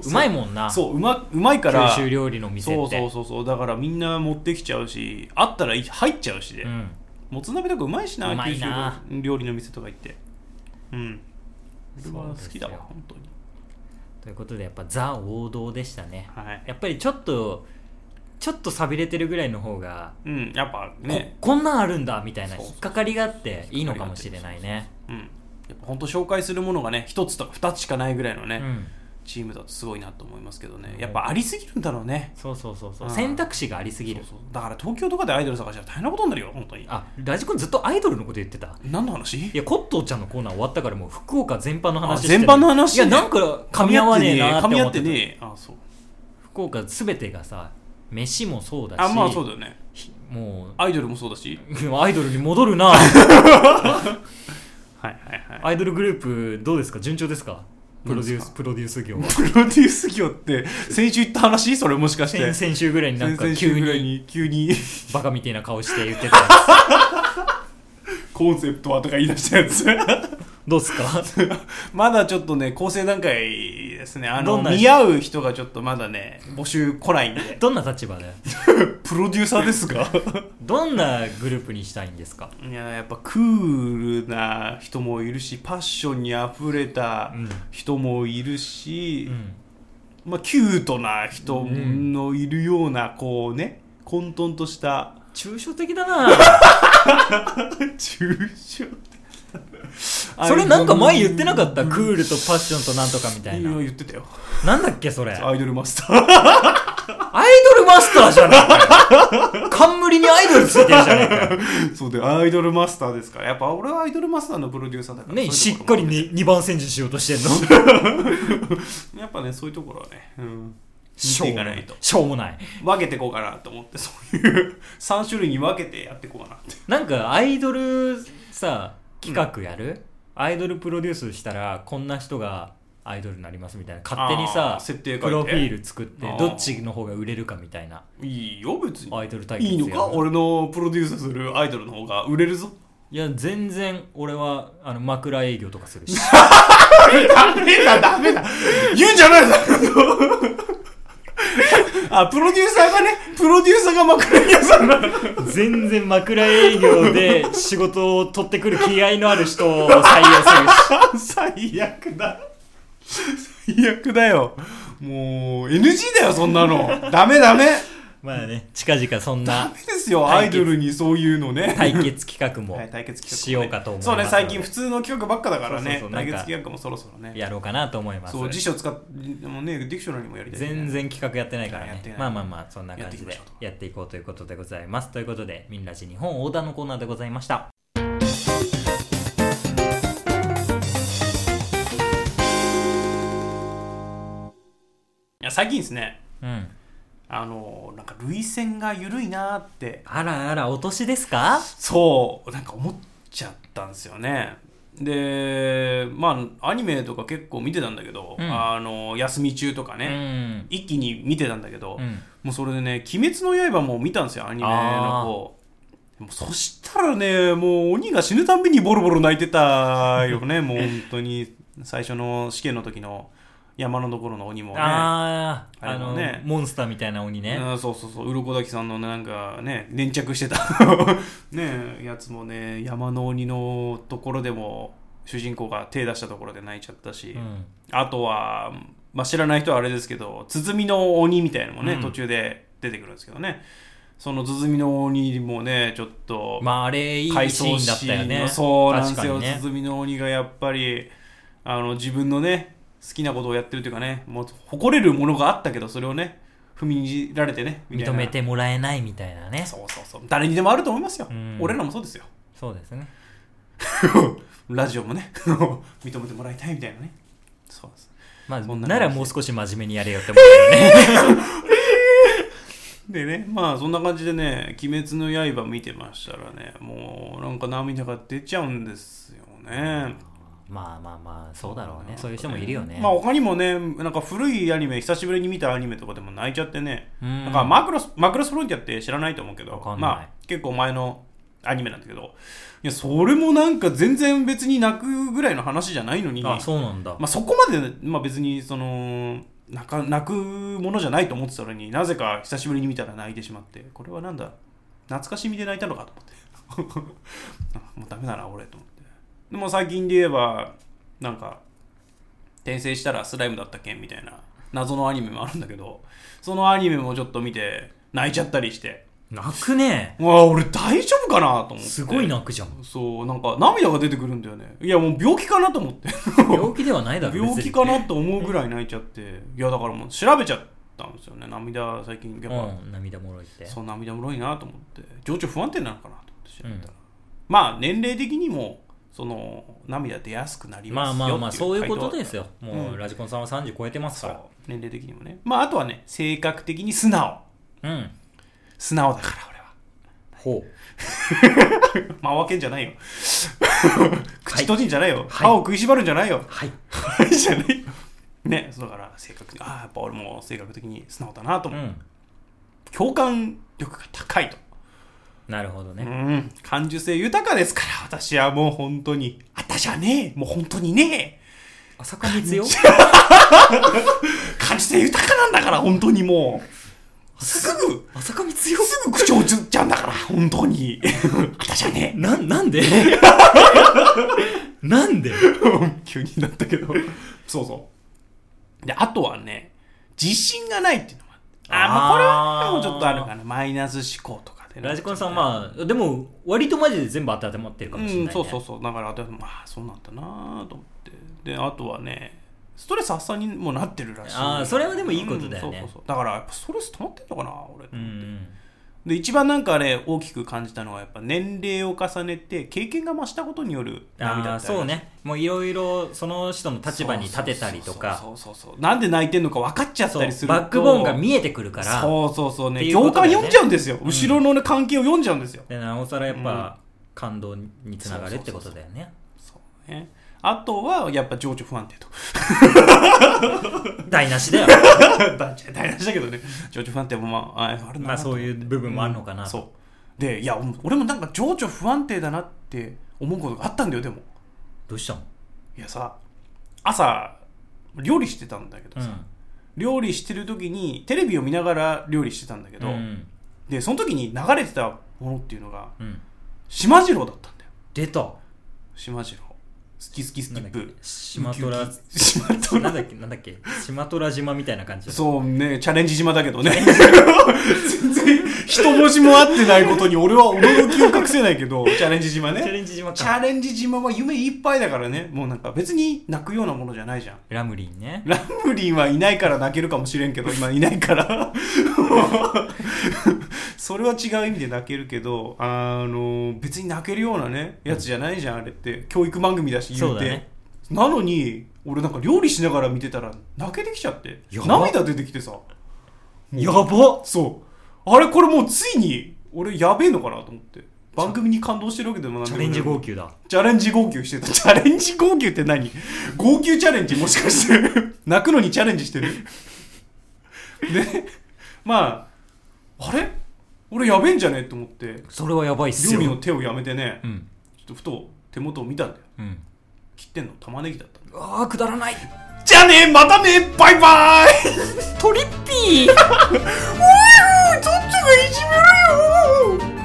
[SPEAKER 2] う
[SPEAKER 1] うまいもんな
[SPEAKER 2] そううまうまいから
[SPEAKER 1] 九州料理の店
[SPEAKER 2] そ
[SPEAKER 1] っ
[SPEAKER 2] う
[SPEAKER 1] て
[SPEAKER 2] そうそうそうだからみんな持ってきちゃうしあったらい入っちゃうしで、
[SPEAKER 1] うん、
[SPEAKER 2] もつ鍋とかうまいしな
[SPEAKER 1] うまいな
[SPEAKER 2] 九州料理の店とか行ってうん俺は好きだわ
[SPEAKER 1] そう
[SPEAKER 2] 本当に
[SPEAKER 1] ということでやっぱザ王道でしたね
[SPEAKER 2] はい
[SPEAKER 1] やっぱりちょっとちょっとさびれてるぐらいの方が、
[SPEAKER 2] うんやっぱ
[SPEAKER 1] こ
[SPEAKER 2] ね
[SPEAKER 1] こんなんあるんだみたいな
[SPEAKER 2] そうそう
[SPEAKER 1] 引っかかりがあっていいのかもしれないね
[SPEAKER 2] うんやっぱ本当紹介するものがね一つとか二つしかないぐらいのね、
[SPEAKER 1] うん
[SPEAKER 2] チームだとすごいなと思いますけどねやっぱありすぎるんだろうね
[SPEAKER 1] そうそうそうそう
[SPEAKER 2] うん
[SPEAKER 1] 選択肢がありすぎる
[SPEAKER 2] そうそうだから東京とかでアイドル探したら大変なことになるよ本当に
[SPEAKER 1] あラジコンずっとアイドルのこと言ってた
[SPEAKER 2] 何の話
[SPEAKER 1] いやコットーちゃんのコーナー終わったからもう福岡全般の話して
[SPEAKER 2] あ全般の話
[SPEAKER 1] いやなんか噛み合わねえなー
[SPEAKER 2] 噛
[SPEAKER 1] って
[SPEAKER 2] み合
[SPEAKER 1] 思
[SPEAKER 2] っ
[SPEAKER 1] ってて
[SPEAKER 2] ね
[SPEAKER 1] て
[SPEAKER 2] えあそう
[SPEAKER 1] 福岡全てがさ飯もそうだし
[SPEAKER 2] あまあそうだよね
[SPEAKER 1] も
[SPEAKER 2] アイドルもそうだし
[SPEAKER 1] う アイドルに戻る な
[SPEAKER 2] はいはいはい
[SPEAKER 1] アイドルグループどうですか順調ですかプロデュ
[SPEAKER 2] どうで
[SPEAKER 1] ー
[SPEAKER 2] す
[SPEAKER 1] スプロデュース業は
[SPEAKER 2] プロデュース業って先週言った話それもしかして
[SPEAKER 1] 先々週ぐらいになんか急
[SPEAKER 2] ぐらい
[SPEAKER 1] に
[SPEAKER 2] に急に
[SPEAKER 1] バカみたいな顔して言ってたや
[SPEAKER 2] コンセプトはとか言い出したやつ
[SPEAKER 1] つどうですか
[SPEAKER 2] まだちょっとね構成段階ですねあ
[SPEAKER 1] ど
[SPEAKER 2] の
[SPEAKER 1] んな人
[SPEAKER 2] 見合う人がちょっとまだね募集来ないんで
[SPEAKER 1] どんな立場で
[SPEAKER 2] プロデューサーですか
[SPEAKER 1] どんなグループにしたいんですか
[SPEAKER 2] いややっぱクールな人もいるしパッションにあふれた
[SPEAKER 1] うん
[SPEAKER 2] 人もいるし
[SPEAKER 1] う、ん
[SPEAKER 2] まあ、キュートな人のいるような、こうね混沌とした
[SPEAKER 1] 抽象的だな
[SPEAKER 2] 抽象
[SPEAKER 1] それなんか前言ってなかったクールとパッションとなんとかみたい
[SPEAKER 2] いや
[SPEAKER 1] な
[SPEAKER 2] 言ってたよ
[SPEAKER 1] なんだっけそれ
[SPEAKER 2] アイドルマスター
[SPEAKER 1] アイドルマスターじゃないか よ冠にアイドルついてるじゃないかよ
[SPEAKER 2] そうでアイドルマスターですからやっぱ俺はアイドルマスターのプロデューサーだから
[SPEAKER 1] ね
[SPEAKER 2] そう
[SPEAKER 1] し
[SPEAKER 2] いう
[SPEAKER 1] っ
[SPEAKER 2] と
[SPEAKER 1] か
[SPEAKER 2] ころ
[SPEAKER 1] り
[SPEAKER 2] も
[SPEAKER 1] に2番煎じしようとしてんの
[SPEAKER 2] やっぱねそういうところはね、うん、
[SPEAKER 1] し
[SPEAKER 2] し
[SPEAKER 1] ょ
[SPEAKER 2] ょ
[SPEAKER 1] う
[SPEAKER 2] う
[SPEAKER 1] も
[SPEAKER 2] が
[SPEAKER 1] な
[SPEAKER 2] ない
[SPEAKER 1] い
[SPEAKER 2] と
[SPEAKER 1] しょうもない
[SPEAKER 2] 分けていこうかなと思ってそういう 3種類に分けてやっていこうかなって
[SPEAKER 1] なんかアイドルさ企画やる、アイドルプロデュースしたらこんな人がアイドルになりますみたいな勝手に
[SPEAKER 2] あ
[SPEAKER 1] さ
[SPEAKER 2] ー設定書いて
[SPEAKER 1] プロフィール作って
[SPEAKER 2] あー
[SPEAKER 1] どっちの方が売れるかみたいない
[SPEAKER 2] いよ別に
[SPEAKER 1] アイドル対決
[SPEAKER 2] いい
[SPEAKER 1] やる
[SPEAKER 2] のか俺のプロデュースするアイドルの方が売れるぞ
[SPEAKER 1] いや全然俺はあの枕営業とかするし
[SPEAKER 2] ダメだダメだ言うんじゃないぞ あプロデューサーがねプロデューサーが枕木さんな
[SPEAKER 1] 全然枕営業で仕事を取ってくる気合いのある人を採用するし
[SPEAKER 2] 最悪だ最悪だよもう NG だよそんなのダメダメ
[SPEAKER 1] まあね近々そんな
[SPEAKER 2] ダメですよア
[SPEAKER 1] 対
[SPEAKER 2] イ
[SPEAKER 1] 決
[SPEAKER 2] ドルにそういうのね
[SPEAKER 1] 対決企画も
[SPEAKER 2] はい対決企画もね
[SPEAKER 1] しようかと思います
[SPEAKER 2] そうね最近普通の企画ばっかだか
[SPEAKER 1] そ
[SPEAKER 2] らね
[SPEAKER 1] うそうそうなん
[SPEAKER 2] 対
[SPEAKER 1] か
[SPEAKER 2] 決企画もそろそろね
[SPEAKER 1] やろうかなと思います
[SPEAKER 2] そう辞書使ってもうねディクショナリーもやりたいね
[SPEAKER 1] 全然企画やってないから
[SPEAKER 2] やっ
[SPEAKER 1] ね
[SPEAKER 2] てない
[SPEAKER 1] まあまあまあそんな感じで
[SPEAKER 2] やっていきましょうと
[SPEAKER 1] やっていこうということでございますということで「みんなし日本横断」のコーナーでございました
[SPEAKER 2] いや最近ですね
[SPEAKER 1] うん
[SPEAKER 2] あのなんか涙腺が緩いなーって
[SPEAKER 1] あらあらお年ですか
[SPEAKER 2] そうなんか思っちゃったんですよねでまあアニメとか結構見てたんだけど、
[SPEAKER 1] うん
[SPEAKER 2] あの休み中とか
[SPEAKER 1] う
[SPEAKER 2] ね、
[SPEAKER 1] ん
[SPEAKER 2] 一気に見てたんだけど、
[SPEAKER 1] うん
[SPEAKER 2] もうそれでね「鬼滅の刃」も見たんですよアニメの方でもそしたらねもう鬼が死ぬたんびにボロボロ泣いてたよ ねもう本当に最初の試験の時の山のところの鬼もね
[SPEAKER 1] あー
[SPEAKER 2] あ
[SPEAKER 1] あ
[SPEAKER 2] れも
[SPEAKER 1] の
[SPEAKER 2] ね
[SPEAKER 1] モンスターみたいな鬼ね
[SPEAKER 2] うん、そうそうそう鱗滝さんのねなんかね粘着してた ねやつもね山の鬼のところでも主人公が手出したところで泣いちゃったし、
[SPEAKER 1] うん
[SPEAKER 2] あとはまあ、知らない人はあれですけど鼓の鬼みたいなのもね、
[SPEAKER 1] うん
[SPEAKER 2] 途中で出てくるんですけどねその鼓の鬼もねちょっと
[SPEAKER 1] まああれいいシ
[SPEAKER 2] 回想
[SPEAKER 1] ーンだったよね
[SPEAKER 2] そうなんです
[SPEAKER 1] 確か
[SPEAKER 2] よ、
[SPEAKER 1] にね
[SPEAKER 2] 鼓の鬼がやっぱりあの自分のね好きなことをやってるというかねもう誇れるものがあったけどそれをね踏みにじられてねみたい
[SPEAKER 1] 認
[SPEAKER 2] な
[SPEAKER 1] めてもらえないみたいなねそ
[SPEAKER 2] そうそうそう誰にでもあると思いますよ、
[SPEAKER 1] うん
[SPEAKER 2] 俺らもそうですよ
[SPEAKER 1] うですね
[SPEAKER 2] ラジオもね 認めてもらいたいみたいなねそうです
[SPEAKER 1] まあ
[SPEAKER 2] そんな感じで
[SPEAKER 1] ならもう少し真面目にやれよって思うよね
[SPEAKER 2] でねまあそんな感じでね「鬼滅の刃」見てましたらねもうなんか涙が出ちゃうんですよね
[SPEAKER 1] まあまあまあそうだろうねそういう人もいるよね、
[SPEAKER 2] まあ他にもねなんか古いアニメ久しぶりに見たアニメとかでも泣いちゃってね
[SPEAKER 1] うん
[SPEAKER 2] なんかマクロスマクロスフロンティアって知らないと思うけど
[SPEAKER 1] わかんない
[SPEAKER 2] まあ結構前のアニメなんだけどいやそれもなんか全然別に泣くぐらいの話じゃないのに
[SPEAKER 1] あそうなんだ、
[SPEAKER 2] まあ、そこまで、まあ、別にその泣か泣くものじゃないと思ってたのになぜか久しぶりに見たら泣いてしまってこれはなんだ懐かしみで泣いたのかと思って あもうダメだな俺と思ってでも最近で言えばなんか転生したらスライムだったけんみたいな謎のアニメもあるんだけどそのアニメもちょっと見て泣いちゃったりして
[SPEAKER 1] 泣くね
[SPEAKER 2] うわ俺大丈夫かなと思って
[SPEAKER 1] すごい泣くじゃん
[SPEAKER 2] そうなんか涙が出てくるんだよねいやもう病気かなと思って
[SPEAKER 1] 病気ではないだろ
[SPEAKER 2] 病気かなと思うぐらい泣いちゃっていやだからもう調べちゃったんですよね涙最近やっ
[SPEAKER 1] 別
[SPEAKER 2] ぱ、
[SPEAKER 1] にうん涙もろいって
[SPEAKER 2] そう涙もろいなと思って情緒不安定なのかなと思って調べたら、
[SPEAKER 1] う
[SPEAKER 2] まあ年齢的にもその涙出やすくなりま
[SPEAKER 1] ますあ
[SPEAKER 2] よ
[SPEAKER 1] まあまあそういうことですすよもう、
[SPEAKER 2] うん
[SPEAKER 1] ラジコンさんは30超えてますか
[SPEAKER 2] 年齢的にもねまああとはね性格的に素直
[SPEAKER 1] らうん
[SPEAKER 2] 素直だから俺は
[SPEAKER 1] ほう
[SPEAKER 2] まあわけんじゃないよ 口閉じんじゃないよ、
[SPEAKER 1] はい
[SPEAKER 2] 歯を食いしばるんじゃないよ
[SPEAKER 1] はい
[SPEAKER 2] はいじゃないよねそうだから性格的にああやっぱ俺も性格的に素直だなと思って
[SPEAKER 1] うん
[SPEAKER 2] 共感力が高いと。
[SPEAKER 1] なるほど
[SPEAKER 2] う
[SPEAKER 1] ね、
[SPEAKER 2] ん。感受性豊かですから、私はもう本当に。あたじゃねえ。もう本当にね
[SPEAKER 1] 浅香光代
[SPEAKER 2] え。感受性豊かなんだから、本当にもう。 すぐ、
[SPEAKER 1] 浅香光代
[SPEAKER 2] すぐ口調つっちゃうんだから、本当に。 あたじゃね
[SPEAKER 1] な、なんで なんで
[SPEAKER 2] え。 急になったけど。そうそう。で、あとはね、自信がないっていうのもあるあー、まあこれ
[SPEAKER 1] あー
[SPEAKER 2] はもうちょっとあるかな。マイナス思考とかでね。
[SPEAKER 1] ラジコンさん、まあ、でも、割とマジで全部当てはまってるかもしれない、ね
[SPEAKER 2] うん、そうそうそうだから私もまあそうなんだなと思ってであとはねストレス発散にもなってるらしい
[SPEAKER 1] あーそれはでもいいことだよね
[SPEAKER 2] うんそうそうそうだからやっぱストレス溜まってんのかな俺、
[SPEAKER 1] うんうん。
[SPEAKER 2] で一番なんかね大きく感じたのはやっぱ年齢を重ねて経験が増したことによる
[SPEAKER 1] あ
[SPEAKER 2] 涙
[SPEAKER 1] あ、
[SPEAKER 2] ってある
[SPEAKER 1] そうね。もういろいろ、その人の立場に立てたりとか、
[SPEAKER 2] そうそうそうそうそうなんで泣いてんのか分かっちゃった
[SPEAKER 1] そう
[SPEAKER 2] りすると
[SPEAKER 1] バックボーンが見えてくるから、
[SPEAKER 2] そうそうそう
[SPEAKER 1] って
[SPEAKER 2] ね
[SPEAKER 1] いうこと
[SPEAKER 2] 行
[SPEAKER 1] だよ
[SPEAKER 2] 間
[SPEAKER 1] ね
[SPEAKER 2] 読んじゃうんですよ、後ろの、ね、関係を読んじゃうんですよ
[SPEAKER 1] でなおさらやっぱ、感動につながるってことだよね。
[SPEAKER 2] そうねあとはやっぱ情緒不安定と
[SPEAKER 1] 台無し だよ。
[SPEAKER 2] だ大変だけどね、情緒不安定もまあ、ああるな。
[SPEAKER 1] まあ、そういう部分もあるのかなと。
[SPEAKER 2] そう。で、いや、俺もなんか情緒不安定だなって思うことがあったんだよ、でも。
[SPEAKER 1] どうしたの
[SPEAKER 2] いやさ、朝、料理してたんだけど
[SPEAKER 1] う
[SPEAKER 2] さ、
[SPEAKER 1] ん。
[SPEAKER 2] 料理してる時に、テレビを見ながら料理してたんだけど、
[SPEAKER 1] うん。
[SPEAKER 2] で、その時に流れてたものっていうのが、
[SPEAKER 1] うん。
[SPEAKER 2] 島次郎だったんだよ。
[SPEAKER 1] 出た。島
[SPEAKER 2] 島次郎。好き好きス
[SPEAKER 1] な
[SPEAKER 2] キ
[SPEAKER 1] んだ
[SPEAKER 2] ッ
[SPEAKER 1] っけ
[SPEAKER 2] プ。
[SPEAKER 1] 島虎
[SPEAKER 2] ウキウ、キ。 島虎
[SPEAKER 1] なんだっけ、なんだっけ、島虎島みたいな感じだ
[SPEAKER 2] そうね、チャレンジ島だけどね。全然、一文字も合ってないことに俺は驚きを隠せないけど、チャレンジ島
[SPEAKER 1] チャ
[SPEAKER 2] ね。
[SPEAKER 1] レンジ島
[SPEAKER 2] チ
[SPEAKER 1] か。
[SPEAKER 2] ャレンジ島は夢いっぱいだからね。もうなんか別に泣くようなものじゃないじゃん。
[SPEAKER 1] ラムリンね。
[SPEAKER 2] ラムリンはいないから泣けるかもしれんけど、今いな いから。それは違う意味で泣けるけど、あの、別に泣けるようなね、やつじゃないじゃん、あれって。教育番組だし、言
[SPEAKER 1] そうう
[SPEAKER 2] て。
[SPEAKER 1] だね。
[SPEAKER 2] なのに、俺なんか料理しながら見てたら泣けてきちゃって。
[SPEAKER 1] やば
[SPEAKER 2] 涙出てきてさ。
[SPEAKER 1] やば
[SPEAKER 2] そう。あれこれもうついに、俺やべえのかなと思って。番組に感動してるわけでもなん
[SPEAKER 1] チ
[SPEAKER 2] で
[SPEAKER 1] ャ
[SPEAKER 2] も
[SPEAKER 1] レ
[SPEAKER 2] ない
[SPEAKER 1] ンジ号泣だ。
[SPEAKER 2] チャレンジ号泣してた。チャレンジ号泣って何号泣チャレンジもしかして。泣くのにチャレンジして るで、まあ、あれ俺やべえんじゃねえと思って、
[SPEAKER 1] それはやばいっす
[SPEAKER 2] 料
[SPEAKER 1] よ。
[SPEAKER 2] 理の手をやめてね、
[SPEAKER 1] うん。
[SPEAKER 2] ちょっとふと手元を見たんだよ。
[SPEAKER 1] うん。
[SPEAKER 2] 切ってんの玉ねぎだった。
[SPEAKER 1] ああ、くだらない。
[SPEAKER 2] じゃあねまたねバイ バイ
[SPEAKER 1] トリッピー
[SPEAKER 2] おいおいトッチョがいじめろよ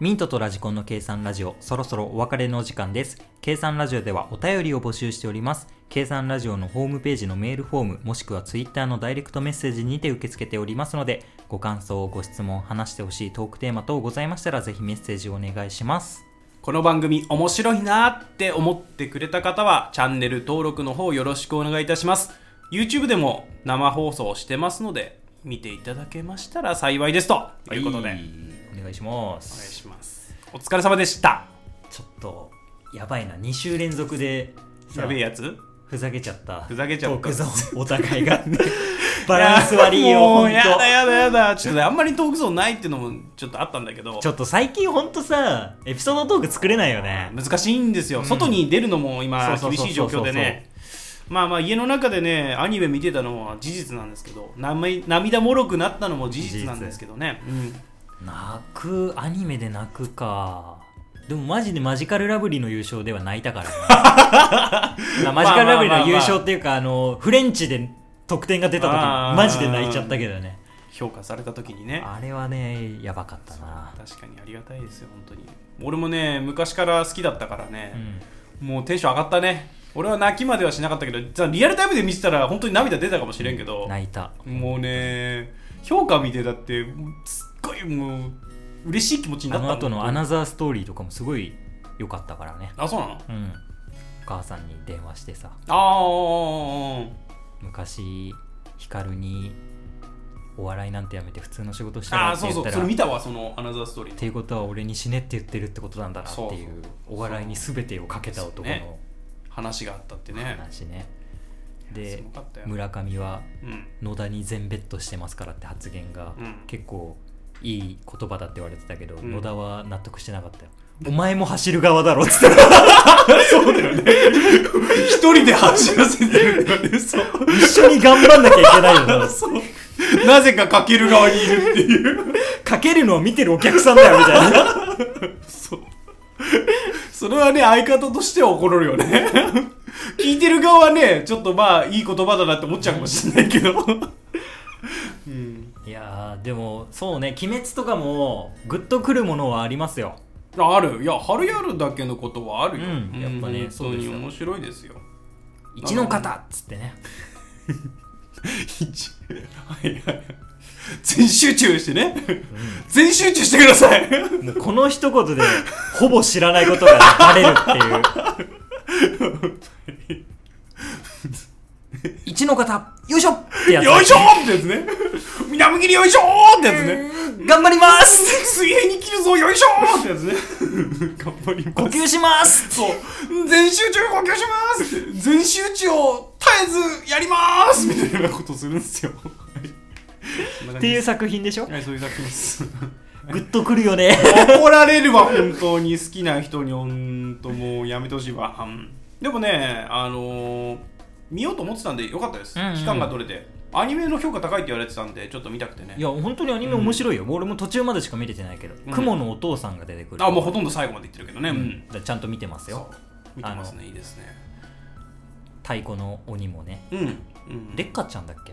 [SPEAKER 1] ミントとラジコンの計算ラジオ、そろそろお別れのお時間です。計算ラジオではお便りを募集しております。計算ラジオのホームページのメールフォーム、もしくはツイッターのダイレクトメッセージにて受け付けておりますので、ご感想、ご質問、話してほしいトークテーマ等ございましたら、ぜひメッセージをお願いします。
[SPEAKER 2] この番組面白いなって思ってくれた方はチャンネル登録の方よろしくお願いいたします YouTube でも生放送してますので見ていただけましたら幸いですということで、
[SPEAKER 1] はお願いしま
[SPEAKER 2] お願い
[SPEAKER 1] す。
[SPEAKER 2] しますお疲れ様でした
[SPEAKER 1] ちょっと、やばいな、2週連続で、
[SPEAKER 2] やべえやつ
[SPEAKER 1] ふざけちゃった。
[SPEAKER 2] ふざけちゃった
[SPEAKER 1] トークゾーン、お互い が。バランス悪いよ、
[SPEAKER 2] も
[SPEAKER 1] ほ
[SPEAKER 2] うん
[SPEAKER 1] と
[SPEAKER 2] やだやだやだちょっとねあんまりトークゾーンないっていうのもちょっとあったんだけど
[SPEAKER 1] ちょっと最近ほんとさ、エピソードトーク作れないよね。
[SPEAKER 2] 難しいんですよ、
[SPEAKER 1] ん
[SPEAKER 2] 外に出るのも今
[SPEAKER 1] そうそう
[SPEAKER 2] 厳
[SPEAKER 1] そうそう
[SPEAKER 2] しい状況でねまあまあ家の中でねアニメ見てたのは事実なんですけどなめ涙もろくなったのも事実なんですけどね、うん
[SPEAKER 1] 泣く、アニメで泣くか。でもマジでマジカルラブリーの優勝では泣いた からねまあマジカルラブリーの優勝っていうか、あの、フレンチで得点が出た時、
[SPEAKER 2] あー
[SPEAKER 1] マジで泣いちゃったけどね。
[SPEAKER 2] 評価された時にね
[SPEAKER 1] あれはね、やばかったな。
[SPEAKER 2] 確かにありがたいですよ本当に俺もね昔から好きだったから
[SPEAKER 1] う
[SPEAKER 2] ね、
[SPEAKER 1] ん。
[SPEAKER 2] もうテンション上がったね俺は泣きまではしなかったけど実はリアルタイムで見てたら本当に涙出たかもしれんけど、
[SPEAKER 1] 泣いた。
[SPEAKER 2] もうね評価見てだってすっごいもう嬉しい気持ちに
[SPEAKER 1] あ
[SPEAKER 2] なった
[SPEAKER 1] の後のア
[SPEAKER 2] な
[SPEAKER 1] ナザーストーリーとかもすごい良かったからね。
[SPEAKER 2] あそうなの
[SPEAKER 1] うん。お母さんに電話してさ。
[SPEAKER 2] あ
[SPEAKER 1] 昔ヒカルにお笑いなんてやめて普通の仕事した
[SPEAKER 2] ああ
[SPEAKER 1] ら
[SPEAKER 2] あ
[SPEAKER 1] って
[SPEAKER 2] そ
[SPEAKER 1] 言っ
[SPEAKER 2] うそう
[SPEAKER 1] た
[SPEAKER 2] そ
[SPEAKER 1] らっ
[SPEAKER 2] れ見たわそのアナザーストーリー
[SPEAKER 1] ていうことは俺に死ねって言ってるってことなんだなっていう
[SPEAKER 2] そうそう
[SPEAKER 1] お笑いに全てをかけた男の
[SPEAKER 2] 話があったってね
[SPEAKER 1] 話ね
[SPEAKER 2] す
[SPEAKER 1] で
[SPEAKER 2] ごかったよ、
[SPEAKER 1] 村上は
[SPEAKER 2] うん、
[SPEAKER 1] 野田に全ベッドしてますからって発言が
[SPEAKER 2] うん
[SPEAKER 1] 結構いい言葉だって言われてたけど、
[SPEAKER 2] ん
[SPEAKER 1] 野田は納得してなかったよお前も走る側だろっつって
[SPEAKER 2] そうだよね一人で走らせてるよねそう
[SPEAKER 1] 一緒に頑張んなきゃいけないよな
[SPEAKER 2] そうなぜかかける側にいるっていう
[SPEAKER 1] かけるのを見てるお客さんだよみたいな
[SPEAKER 2] そうそれはね相方としては怒るよね聞いてる側はねちょっとまあいい言葉だなって思っちゃうかもしれないけどうん
[SPEAKER 1] いやーでもそうね「鬼滅」とかもグッとくるものはありますよ
[SPEAKER 2] あるいや春やるだけのことはあるよ、
[SPEAKER 1] うんやっぱね
[SPEAKER 2] 本
[SPEAKER 1] そう
[SPEAKER 2] 当
[SPEAKER 1] です
[SPEAKER 2] に
[SPEAKER 1] よ
[SPEAKER 2] 面白いですよ
[SPEAKER 1] 一の方っつってね
[SPEAKER 2] 一はいはい全集中してね、全集中してください
[SPEAKER 1] もうこの一言でほぼ知らないことがバレるっていう一の方よいしょってやつ
[SPEAKER 2] よいしょーってやつね南切りよいしょーってやつね
[SPEAKER 1] 頑張ります
[SPEAKER 2] 水平に切るぞよいしょーってやつね頑張り
[SPEAKER 1] 呼
[SPEAKER 2] ます
[SPEAKER 1] 吸します
[SPEAKER 2] そう全集中呼吸します全集中を絶えずやりますみたいなことするんですよっ
[SPEAKER 1] っていう作品でしょ
[SPEAKER 2] はいそういう作品です
[SPEAKER 1] グッとくるよね
[SPEAKER 2] 怒られるわ本当に好きな人に本当もうやめてほしいわうんでもねあのー見ようと思ってたんでよかったです、
[SPEAKER 1] うんうん
[SPEAKER 2] 期間が取れてアニメの評価高いって言われてたんでちょっと見たくてね
[SPEAKER 1] いや本当にアニメ面白いよ、俺も途中までしか見れてないけど、
[SPEAKER 2] ん
[SPEAKER 1] 雲のお父さんが出てくる
[SPEAKER 2] あもうほとんど最後までいってるけどね、
[SPEAKER 1] う
[SPEAKER 2] うんん、
[SPEAKER 1] だからちゃんと見てますよ
[SPEAKER 2] そう見てますねいいですね
[SPEAKER 1] 太鼓の鬼もね
[SPEAKER 2] うん、うん、
[SPEAKER 1] レッカちゃんだっけ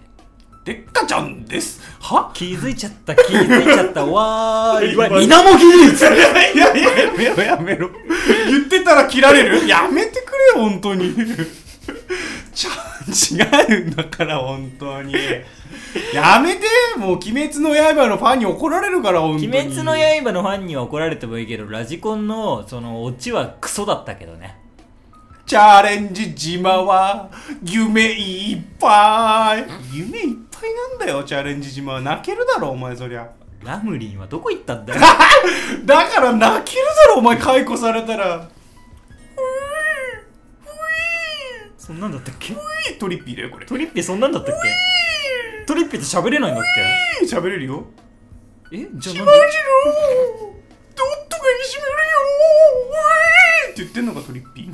[SPEAKER 2] でっかちゃんですは
[SPEAKER 1] 気づいちゃった気づいちゃ ったわーいわ
[SPEAKER 2] 今
[SPEAKER 1] 稲もぎ
[SPEAKER 2] いやいやいややめろやめろ言ってたら切られるやめてくれよ本当にちゃ違うんだから本当にやめてもう「鬼滅の刃」のファンに怒られるから本当
[SPEAKER 1] 鬼
[SPEAKER 2] に
[SPEAKER 1] 滅の刃のファンには怒られてもいいけどラジコンのそのオチはクソだったけどね
[SPEAKER 2] チャレンジ島は夢いっぱい夢いっぱいなんだよチャレンジ島は泣けるだろお前そりゃ
[SPEAKER 1] ラムリンはどこ行ったん だよ
[SPEAKER 2] だから泣けるだろお前解雇されたら
[SPEAKER 1] そんなんだったっけ
[SPEAKER 2] トリッピーだよこれ
[SPEAKER 1] トリッピそんなんだったっけトリッピって喋れないんだっ
[SPEAKER 2] 喋れるよ
[SPEAKER 1] けえじゃあ
[SPEAKER 2] し
[SPEAKER 1] な
[SPEAKER 2] ば
[SPEAKER 1] ん
[SPEAKER 2] じ
[SPEAKER 1] で
[SPEAKER 2] ろドットがいじめるよウェーイって言ってんのかトリッピー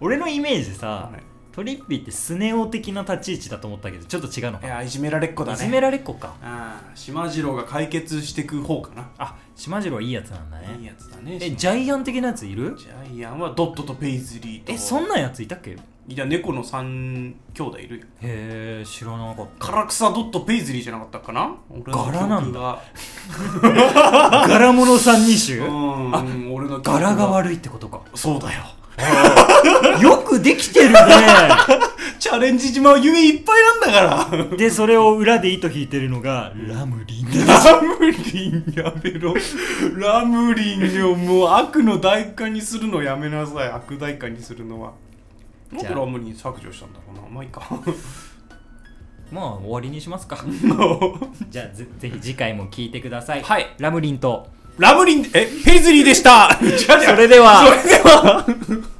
[SPEAKER 1] 俺のイメージさ、
[SPEAKER 2] はい
[SPEAKER 1] トリッピーってスネ夫的な立ち位置だと思ったけどちょっと違うの
[SPEAKER 2] い
[SPEAKER 1] か
[SPEAKER 2] やいじめられっ子だ
[SPEAKER 1] い
[SPEAKER 2] ね
[SPEAKER 1] じめられっ子か
[SPEAKER 2] ああ島次郎が解決してく方かな、
[SPEAKER 1] あ島次郎いいやつなんだ
[SPEAKER 2] いい
[SPEAKER 1] ね
[SPEAKER 2] やつだね
[SPEAKER 1] え
[SPEAKER 2] ジ
[SPEAKER 1] ジャイアン的なやついる
[SPEAKER 2] ャイアンはドットとペイズリーと
[SPEAKER 1] えそ
[SPEAKER 2] ん
[SPEAKER 1] んなやついたっけへ
[SPEAKER 2] いや猫の三兄弟いるよ
[SPEAKER 1] え知らなかっ
[SPEAKER 2] 唐草ドットペイズリーじゃなかったかな俺の記憶
[SPEAKER 1] 柄なん
[SPEAKER 2] が
[SPEAKER 1] た 柄物三人衆
[SPEAKER 2] うんうん俺の記憶
[SPEAKER 1] 柄が悪いってことか
[SPEAKER 2] そうだよ
[SPEAKER 1] よくできてるね
[SPEAKER 2] チャレンジ島は夢いっぱいなんだから
[SPEAKER 1] でそれを裏で糸引いてるのがラムリン
[SPEAKER 2] ラムリンやめろラムリンをもう悪の代価にするのやめなさい悪代価にするのはなん
[SPEAKER 1] じ
[SPEAKER 2] で
[SPEAKER 1] ゃあ
[SPEAKER 2] ラムリン削除したんだろうなまあいいか
[SPEAKER 1] まあ終わりにしますか じゃあぜぜひ次回も聞いてください
[SPEAKER 2] はい
[SPEAKER 1] ラムリンと
[SPEAKER 2] ラムリンえペイズリーでしたじゃあじゃ
[SPEAKER 1] そ
[SPEAKER 2] あ
[SPEAKER 1] れでは
[SPEAKER 2] それでは